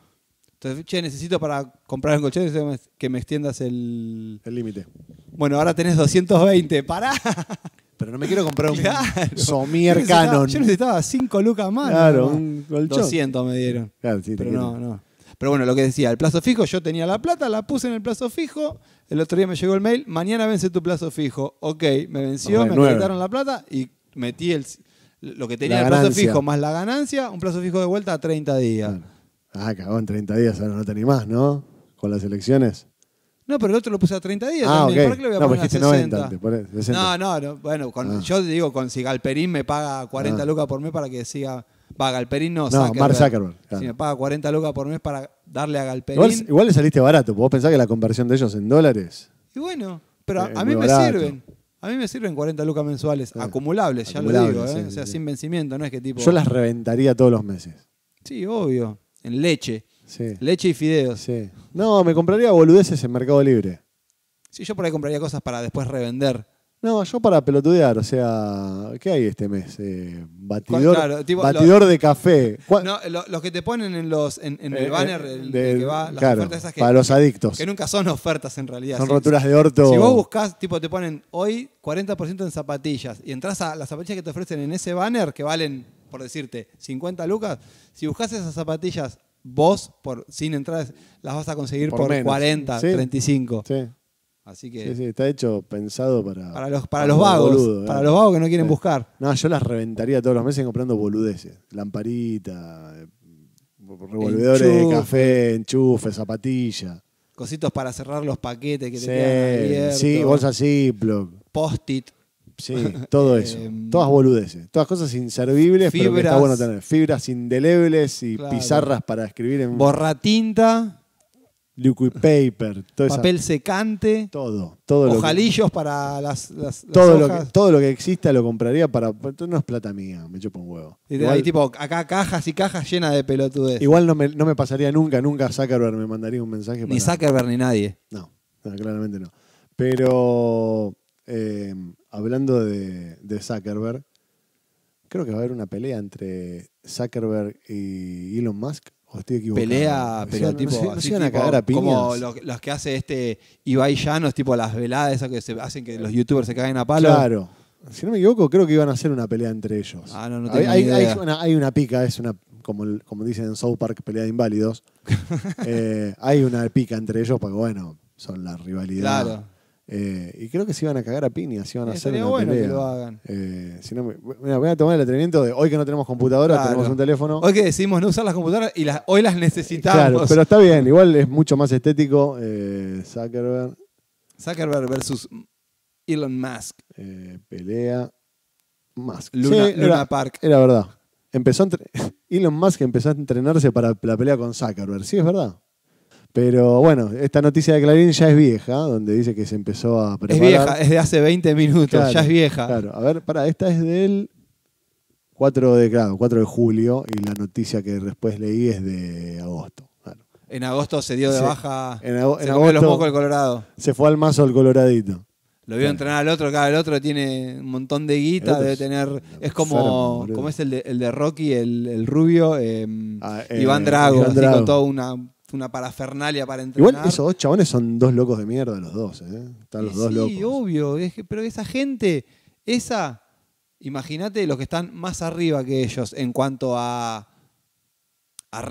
Entonces, che, necesito para comprar un colchón necesito que me- que me extiendas el. El límite. Bueno, ahora tenés 220. ¡Pará! Pero no me quiero comprar un Claro. Yo Somier necesitaba- Canon. Yo necesitaba 5 lucas más. Claro, nada más. un colchón. 200 me dieron. Claro, sí, te Pero quiero. no, no. Pero bueno, lo que decía, el plazo fijo, yo tenía la plata, la puse en el plazo fijo, el otro día me llegó el mail, mañana vence tu plazo fijo. Ok, me venció, Nos me renueve. quitaron la plata y metí el, lo que tenía La el plazo ganancia. fijo más la ganancia, un plazo fijo de vuelta a 30 días. Claro. Ah, cagó en 30 días, ahora no te animás, ¿no? Con las elecciones. No, pero el otro lo puse a 30 días. Ah, también. ok. ¿Para qué le voy a No, poner pues dijiste a 90, 60? te pones 60. No, no, no. Bueno, con- Ah. yo digo, con si Galperín me paga 40 lucas por mes para que siga. Va, Galperín no, No, Mark Zuckerberg, claro. Si me paga 40 lucas por mes para darle a Galperín. Igual, igual le saliste barato. porque Vos pensás que la conversión de ellos en dólares. Y bueno, pero a- Eh, a muy mí me barato. sirven. A mí me sirven 40 lucas mensuales, acumulables, ya Acumulables, lo digo, ¿eh? sí, o sea, sí, sí. sin vencimiento, no es que tipo. Yo las reventaría todos los meses. Sí, obvio. En leche. Sí. Leche y fideos. Sí. No, me compraría boludeces en Mercado Libre. Sí, yo por ahí compraría cosas para después revender. No, yo para pelotudear, o sea, ¿qué hay este mes? Eh, batidor Claro, tipo, batidor de café. ¿Cuál- No, lo- los que te ponen en los en, en eh, el banner eh, el, de- que va, las claro, ofertas esas que, para los adictos. que nunca son ofertas en realidad. Son Si- roturas de orto. Si vos buscás, tipo, te ponen hoy 40% en zapatillas y entras a las zapatillas que te ofrecen en ese banner que valen, por decirte, 50 lucas, si buscas esas zapatillas vos, por, sin entrar, las vas a conseguir por, menos. 40, Sí, 35. Sí, Así sí, que sí, está hecho pensado para. para los, para los vagos, boludos, eh. para los vagos que no quieren Sí. buscar. No, yo las reventaría todos los meses comprando boludeces. Lamparita, eh, revolvedores de Enchufe. café, enchufe, zapatilla. Cositos para cerrar los paquetes que te quedan Sí, abiertos. sí, bolsa Ziploc. Post-it. Sí, todo eso. Em, todas boludeces. Todas cosas inservibles, pero que está Fibras. bueno tener. Fibras indelebles y Claro. pizarras para escribir en Borratinta, liquid paper. Todo esa- papel secante, todo. Todo lo, que, ojalillos para las, las, las todo, lo hojas. que, todo lo que exista lo compraría para. esto No es plata mía, me chupa un huevo. Y Igual, ahí tipo, acá cajas y cajas llenas de pelotudes. igual no, me, no me pasaría nunca, nunca Zuckerberg me mandaría un mensaje. Ni para- Zuckerberg ni nadie. No, no, claramente no. Pero eh, hablando de, de Zuckerberg, creo que va a haber una pelea entre Zuckerberg y Elon Musk. ¿O estoy equivocado? Pelea, ¿No se pero van- no tipo, se- no así se van a tipo, cagar a piñas. como lo- los que hace este Ibai Llanos, tipo las veladas esas que se hacen que los youtubers se caguen a palo. Claro. Si no me equivoco, creo que iban a hacer una pelea entre ellos. Ah, no, no hay, tengo hay- ni hay idea. una, hay una pica, es una, como, el- como dicen en South Park, pelea de inválidos. Eh, hay una pica entre ellos porque, bueno, son la rivalidad. Claro. Eh, y creo que se iban a cagar a piñas, se iban a Eh, hacer estaría una bueno que pelea. lo hagan. Eh, si no me- mira, voy a tomar el atrevimiento de hoy que no tenemos computadora, Claro. tenemos un teléfono. Hoy que decidimos no usar las computadoras y las, hoy las necesitamos. Claro, pero está bien, igual es mucho más estético. eh, Zuckerberg Zuckerberg versus Elon Musk. eh, pelea Musk. Luna- era- Luna Park. Era verdad. Empezó a entre- Elon Musk empezó a entrenarse para la pelea con Zuckerberg, sí, es verdad. Pero bueno, esta noticia de Clarín ya es vieja, donde dice que se empezó a Es preparar. vieja, es de hace 20 minutos, Claro, ya es vieja. Claro, a ver, pará, esta es del 4 de, claro, 4 de julio y la noticia que después leí es de agosto. Claro. En agosto se dio de Sí. baja. En ago- Ah. se en comió los agosto- mocos el Colorado. Se fue al mazo el coloradito. Lo vio entrenar al otro, cada el otro tiene un montón de El guita, otro debe es tener. Es enfermo, como, boludo. como es el de, el de Rocky, el, el rubio, eh, Ah, eh, Iván Drago, Iván así Drago. con toda una, una parafernalia para entrenar. Igual esos dos chabones son dos locos de mierda los dos, ¿eh? Están los Y dos sí, locos. obvio, es que- pero esa gente, esa, imagínate los que están más arriba que ellos en cuanto a, a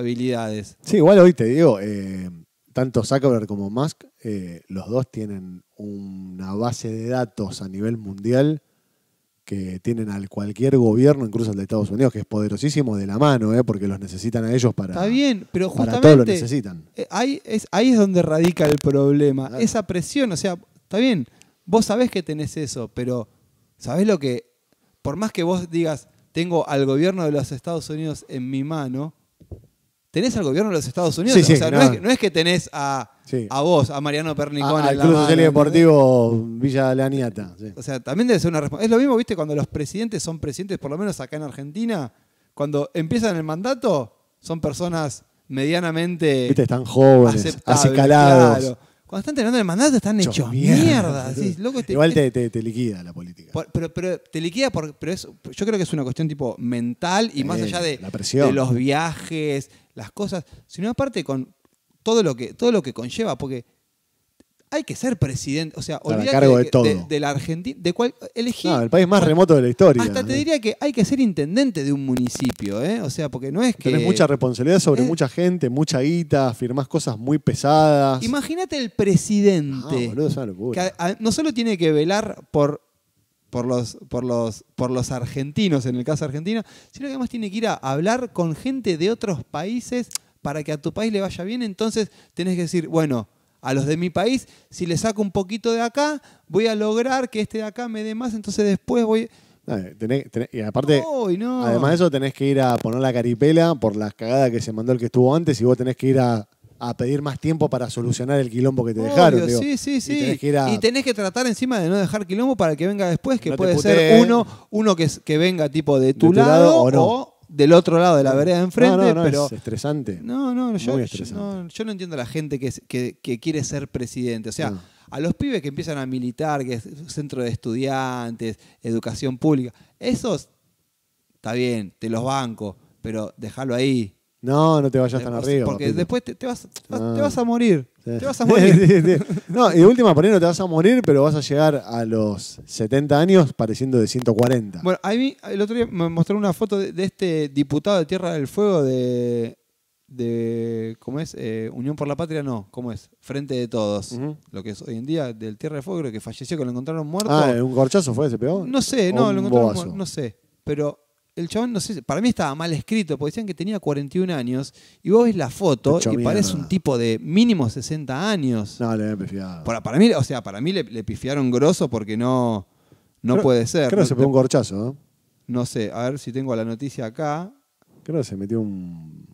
responsabilidades. Sí, igual hoy te digo, eh, tanto Zuckerberg como Musk, eh, los dos tienen una base de datos a nivel mundial que tienen al cualquier gobierno, incluso el de Estados Unidos, que es poderosísimo de la mano, eh, porque los necesitan a ellos para, Está bien, pero para todo lo justamente necesitan. eh, ahí, es, ahí es donde radica el problema. Claro. Esa presión, o sea, está bien, vos sabés que tenés eso, pero ¿sabés lo que? Por más que vos digas, tengo al gobierno de los Estados Unidos en mi mano, tenés al gobierno de los Estados Unidos. Sí, sí, o sea, no, nada. es, no es que tenés a, Sí. a vos, a Mariano Pernicón. A- en Al la Ah, Club mano, Social y ¿entendés? Deportivo Villa La Niata. sí. O sea, también debe ser una respuesta. Es lo mismo, viste, cuando los presidentes son presidentes, por lo menos acá en Argentina, cuando empiezan el mandato, son personas medianamente Viste, están jóvenes, aceptables, acicalados. claro. Cuando están terminando el mandato están hechos, mierda. decís, loco, este- Igual te, te- te liquida la política. por- pero, pero te liquida por, pero es, yo creo que es una cuestión tipo mental y más Eh, allá de, la presión. de los viajes, las cosas, sino aparte con todo lo que, todo lo que conlleva, porque hay que ser presidente, o sea, Estar a olvídate cargo de que- todo. de, de la Argentina, de cual, elegí No, el país más remoto de la historia. hasta te ¿no? diría que hay que ser intendente de un municipio, ¿eh? O sea, porque no es que. Tenés mucha responsabilidad sobre Eh. mucha gente, mucha guita, firmás cosas muy pesadas. Imagínate el Ah, presidente. boludo, es una que locura. a- a- no solo tiene que velar por, por, los, por, los, por los argentinos, en el caso argentino, sino que además tiene que ir a hablar con gente de otros países para que a tu país le vaya bien. Entonces tenés que decir, bueno, a los de mi país, si le saco un poquito de acá, voy a lograr que este de acá me dé más, entonces después voy. Eh, tenés- tenés- y aparte, ¡Ay, no! además de eso, tenés que ir a poner la caripela por la cagada que se mandó el que estuvo antes y vos tenés que ir a, a pedir más tiempo para solucionar el quilombo que te dejaron. Obvio, digo. sí, sí, sí. Y tenés que ir a- tratar encima de no dejar quilombo para que venga después, que No te puede puteen. ser uno, uno que, es- que venga tipo de tu, tu lado, lado o no. del otro lado de la vereda de enfrente, No, no, no, pero es estresante. no, no, yo, Muy yo estresante. no, yo no entiendo a la gente que, es- que- que quiere ser presidente. O sea, No. a los pibes que empiezan a militar, que es centro de estudiantes, educación pública, esos, está bien, te los banco, pero déjalo ahí. No, no te vayas tan Eh, O sea, arriba. Porque papito. después te, te vas, te vas- Ah. te vas a morir. Sí. Te vas a morir. Sí, sí. No, y de última, por ahí no te vas a morir, pero vas a llegar a los 70 años pareciendo de 140. Bueno, a mí el otro día me mostraron una foto de, de este diputado de Tierra del Fuego de, de ¿cómo es? Eh, Unión por la Patria, no, ¿cómo es? Frente de Todos, Ujú. lo que es hoy en día del Tierra del Fuego, creo que falleció, que lo encontraron muerto. ah, ¿un gorchazo fue? ¿Se pegó? no sé, ¿O no, un lo encontraron bobazo? muerto, no sé. Pero el chabón, no sé, para mí estaba mal escrito, porque decían que tenía 41 años, y vos ves la foto Hecho y parece mierda. un tipo de mínimo 60 años. No, le habían pifiado. Para, para mí, o sea, para mí le, le pifiaron grosso porque no, no Creo- puede ser. Creo que no se te- pegó un corchazo, ¿eh? ¿no? no sé, a ver si tengo la noticia acá. Creo que se metió un.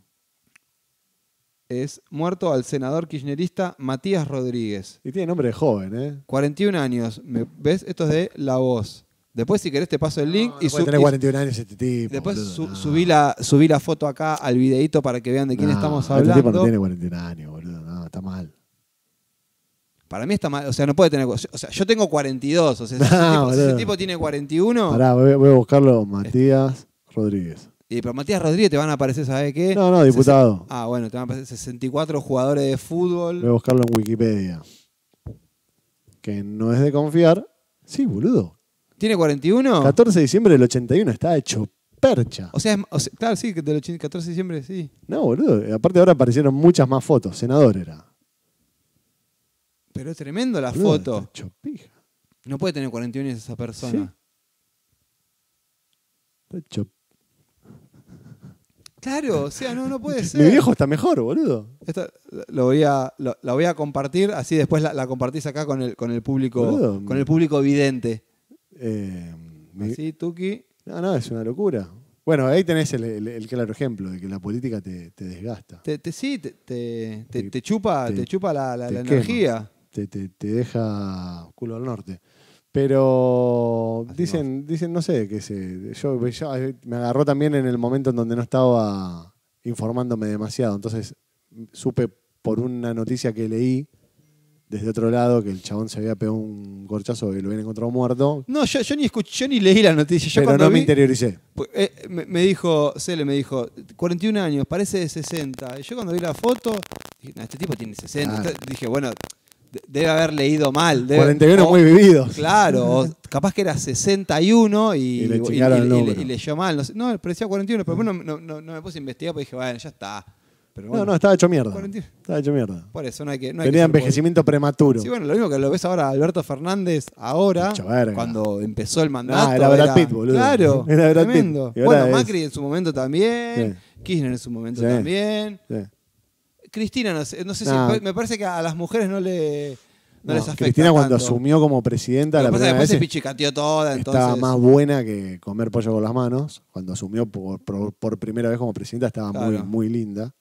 Es muerto al senador kirchnerista Matías Rodríguez. Y tiene nombre de joven, ¿eh? 41 años. Me- ¿Ves? Esto es de La Voz. Después, si querés, te paso el link. No, y puede su- tener y- 41 años este tipo. después boludo, su- no. subí, la, subí la foto acá al videíto para que vean de quién No, estamos Este tipo no hablando. tiene 41 años, boludo. No, está mal. Para mí está mal. O sea, no puede tener. O sea, yo tengo 42. O sea, si ese, No, tipo, si ese boludo. tipo tiene 41. Pará, voy, voy a buscarlo. Matías Rodríguez. Y pero Matías Rodríguez te van a aparecer, ¿sabes qué? No, no, diputado. Ah, bueno, te van a aparecer 64 jugadores de fútbol. Voy a buscarlo en Wikipedia. Que no es de confiar. Sí, boludo. ¿Tiene 41? 14 de diciembre del 81 está hecho percha. O sea, es- o sea, claro, sí, que del 80 14 de diciembre, sí. No, boludo. eh, Aparte ahora aparecieron muchas más fotos. Senador era. Pero es tremendo la Boludo, foto. está hecho pija. No puede tener 41 años esa persona. Está hecho- Claro, o sea, no, no puede ser. Mi viejo está mejor, boludo. Esta lo voy a, lo- la voy a compartir, así después la, la compartís acá con el, con el público, Boludo. con el público vidente. Eh, mi- Así, Tuki. No, no, es una locura. Bueno, ahí tenés el, el- el claro ejemplo de que la política te, te desgasta. Te, te- sí, te, te- te- Te- te chupa, te- te, chupa la, la- te la quema. energía. Te, te- te deja culo al norte. Pero dicen, dicen, no sé, que se, yo, eh, yo- me agarró también en el momento en donde no estaba informándome demasiado. Entonces supe por una noticia que leí desde otro lado que el chabón se había pegado un corchazo y lo habían encontrado muerto. No, yo, yo ni escuché, yo ni leí la noticia. Yo pero cuando no me vi- interioricé. Pues, eh, me, me dijo, Cele me dijo, 41 años, parece de 60. Y yo cuando vi la foto, dije, "No, este tipo tiene 60. Claro. Este- dije, bueno, de- debe haber leído mal. Debe, 41 o- muy vividos. Oh, Claro, o capaz que era 61 y, Y le y- chingaron y- el y- y- número. y leyó mal. No, sé, no, parecía 41, pero bueno, no, no- no me puse a investigar porque dije, bueno, ya está. Pero No, bueno, no, estaba hecho mierda. 41. Estaba hecho mierda. por eso no hay que... No hay que Tenía ser boludo. envejecimiento prematuro. Sí, bueno, lo mismo que lo ves ahora a Alberto Fernández ahora, Mucha verga. cuando empezó el mandato. Nah, era Brad Pitt, boludo. Claro, Era Brad Pitt. tremendo. Y ahora Bueno, es- Macri en su momento también, Kirchner en su momento Sí. también. Sí. Cristina, no sé, no sé si, Nah. me parece que a las mujeres no, le, no, Ah. No, les afecta Cristina cuando tanto. asumió como presidenta Lo que la pasa es que primera después vez se pichicateó toda, entonces... estaba más buena que comer pollo con las manos. Cuando asumió por, por- por primera vez como presidenta estaba muy, Claro. muy linda.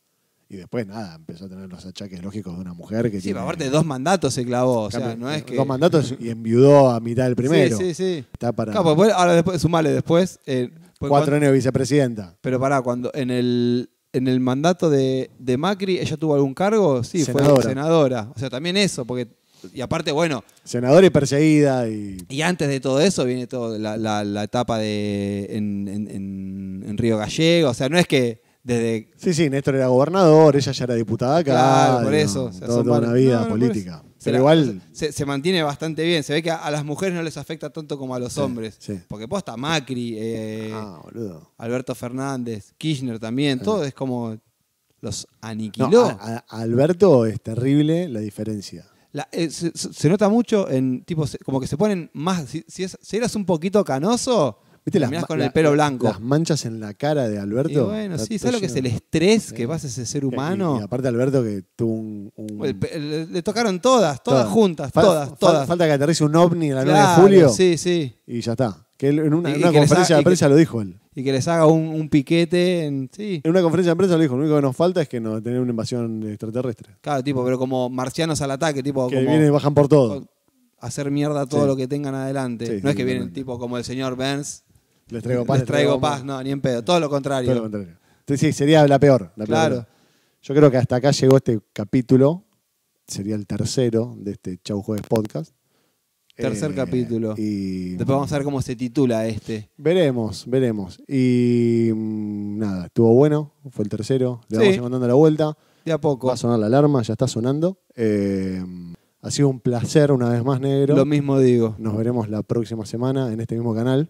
Y después nada, empezó a tener los achaques lógicos de una mujer que Sí, tiene- pero aparte dos mandatos se clavó, o sea, cambio- no es que... Dos mandatos y enviudó a mitad del primero. Sí, sí, sí. Está para Claro, pues, porque después- ahora después, sumale después... eh, porque cuatro años de vicepresidenta. Pero pará, cuando en el, en el mandato de, de Macri, ¿ella tuvo algún cargo? Sí, fue Senadora. senadora. O sea, también eso, porque. Y aparte, bueno, Senadora y perseguida y y antes de todo eso viene toda la, la- la etapa de en, en- en- en Río Gallego. O sea, no es que desde. Sí, sí, Néstor era gobernador, ella ya era diputada acá. Claro, por digo, eso. o sea, toda, son toda una varios- vida no, no, por política. eso. Se Pero la- igual, Se, se mantiene bastante bien. Se ve que a, a las mujeres no les afecta tanto como a los hombres. sí. Porque posta Macri, eh, ah, boludo. Alberto Fernández, Kirchner también, todo es como. Los No, aniquiló. a- a- Alberto es terrible la diferencia. La- eh, se, se- se nota mucho en tipo se- como que se ponen más si, si es- si eras un poquito canoso ¿Viste terminás ma- con la- el pelo blanco Las manchas en la cara de Alberto. y bueno Está sí todo sabes lo que es el lleno. estrés que pasa ese ser Y- Y, humano aparte Alberto que tuvo un... un- El pe- le, le tocaron todas todas juntas Fal- todas fal- todas Falta que aterrice un ovni en la 9 Claro, de julio sí sí y ya está. Que él en una, Y- en y una que les conferencia ha- de y que- prensa lo dijo él. y que les haga un, un piquete en, sí En una conferencia de prensa lo dijo. Lo único que nos falta es que no tener una invasión extraterrestre. claro tipo pero como marcianos al ataque tipo Que como vienen y bajan por todo. hacer mierda todo Sí. lo que tengan adelante Sí, no es que vienen totalmente. tipo como el señor Burns Les traigo paz. les traigo paz amor. no ni en pedo todo lo contrario Todo lo contrario. Entonces, sí, sería la peor. la peor. Claro. Yo creo que hasta acá llegó este capítulo. Sería el tercero de este Chau Jueves Podcast. Eh, Tercer capítulo. Y Después vamos a ver cómo se titula este. Veremos, veremos. Y mm, nada, estuvo bueno. Fue el tercero. Le Sí. vamos encontrando la vuelta. De a poco. Va a sonar la alarma, ya está sonando. Eh, ha sido un placer una vez más, negro. Lo mismo digo. Nos veremos la próxima semana en este mismo canal.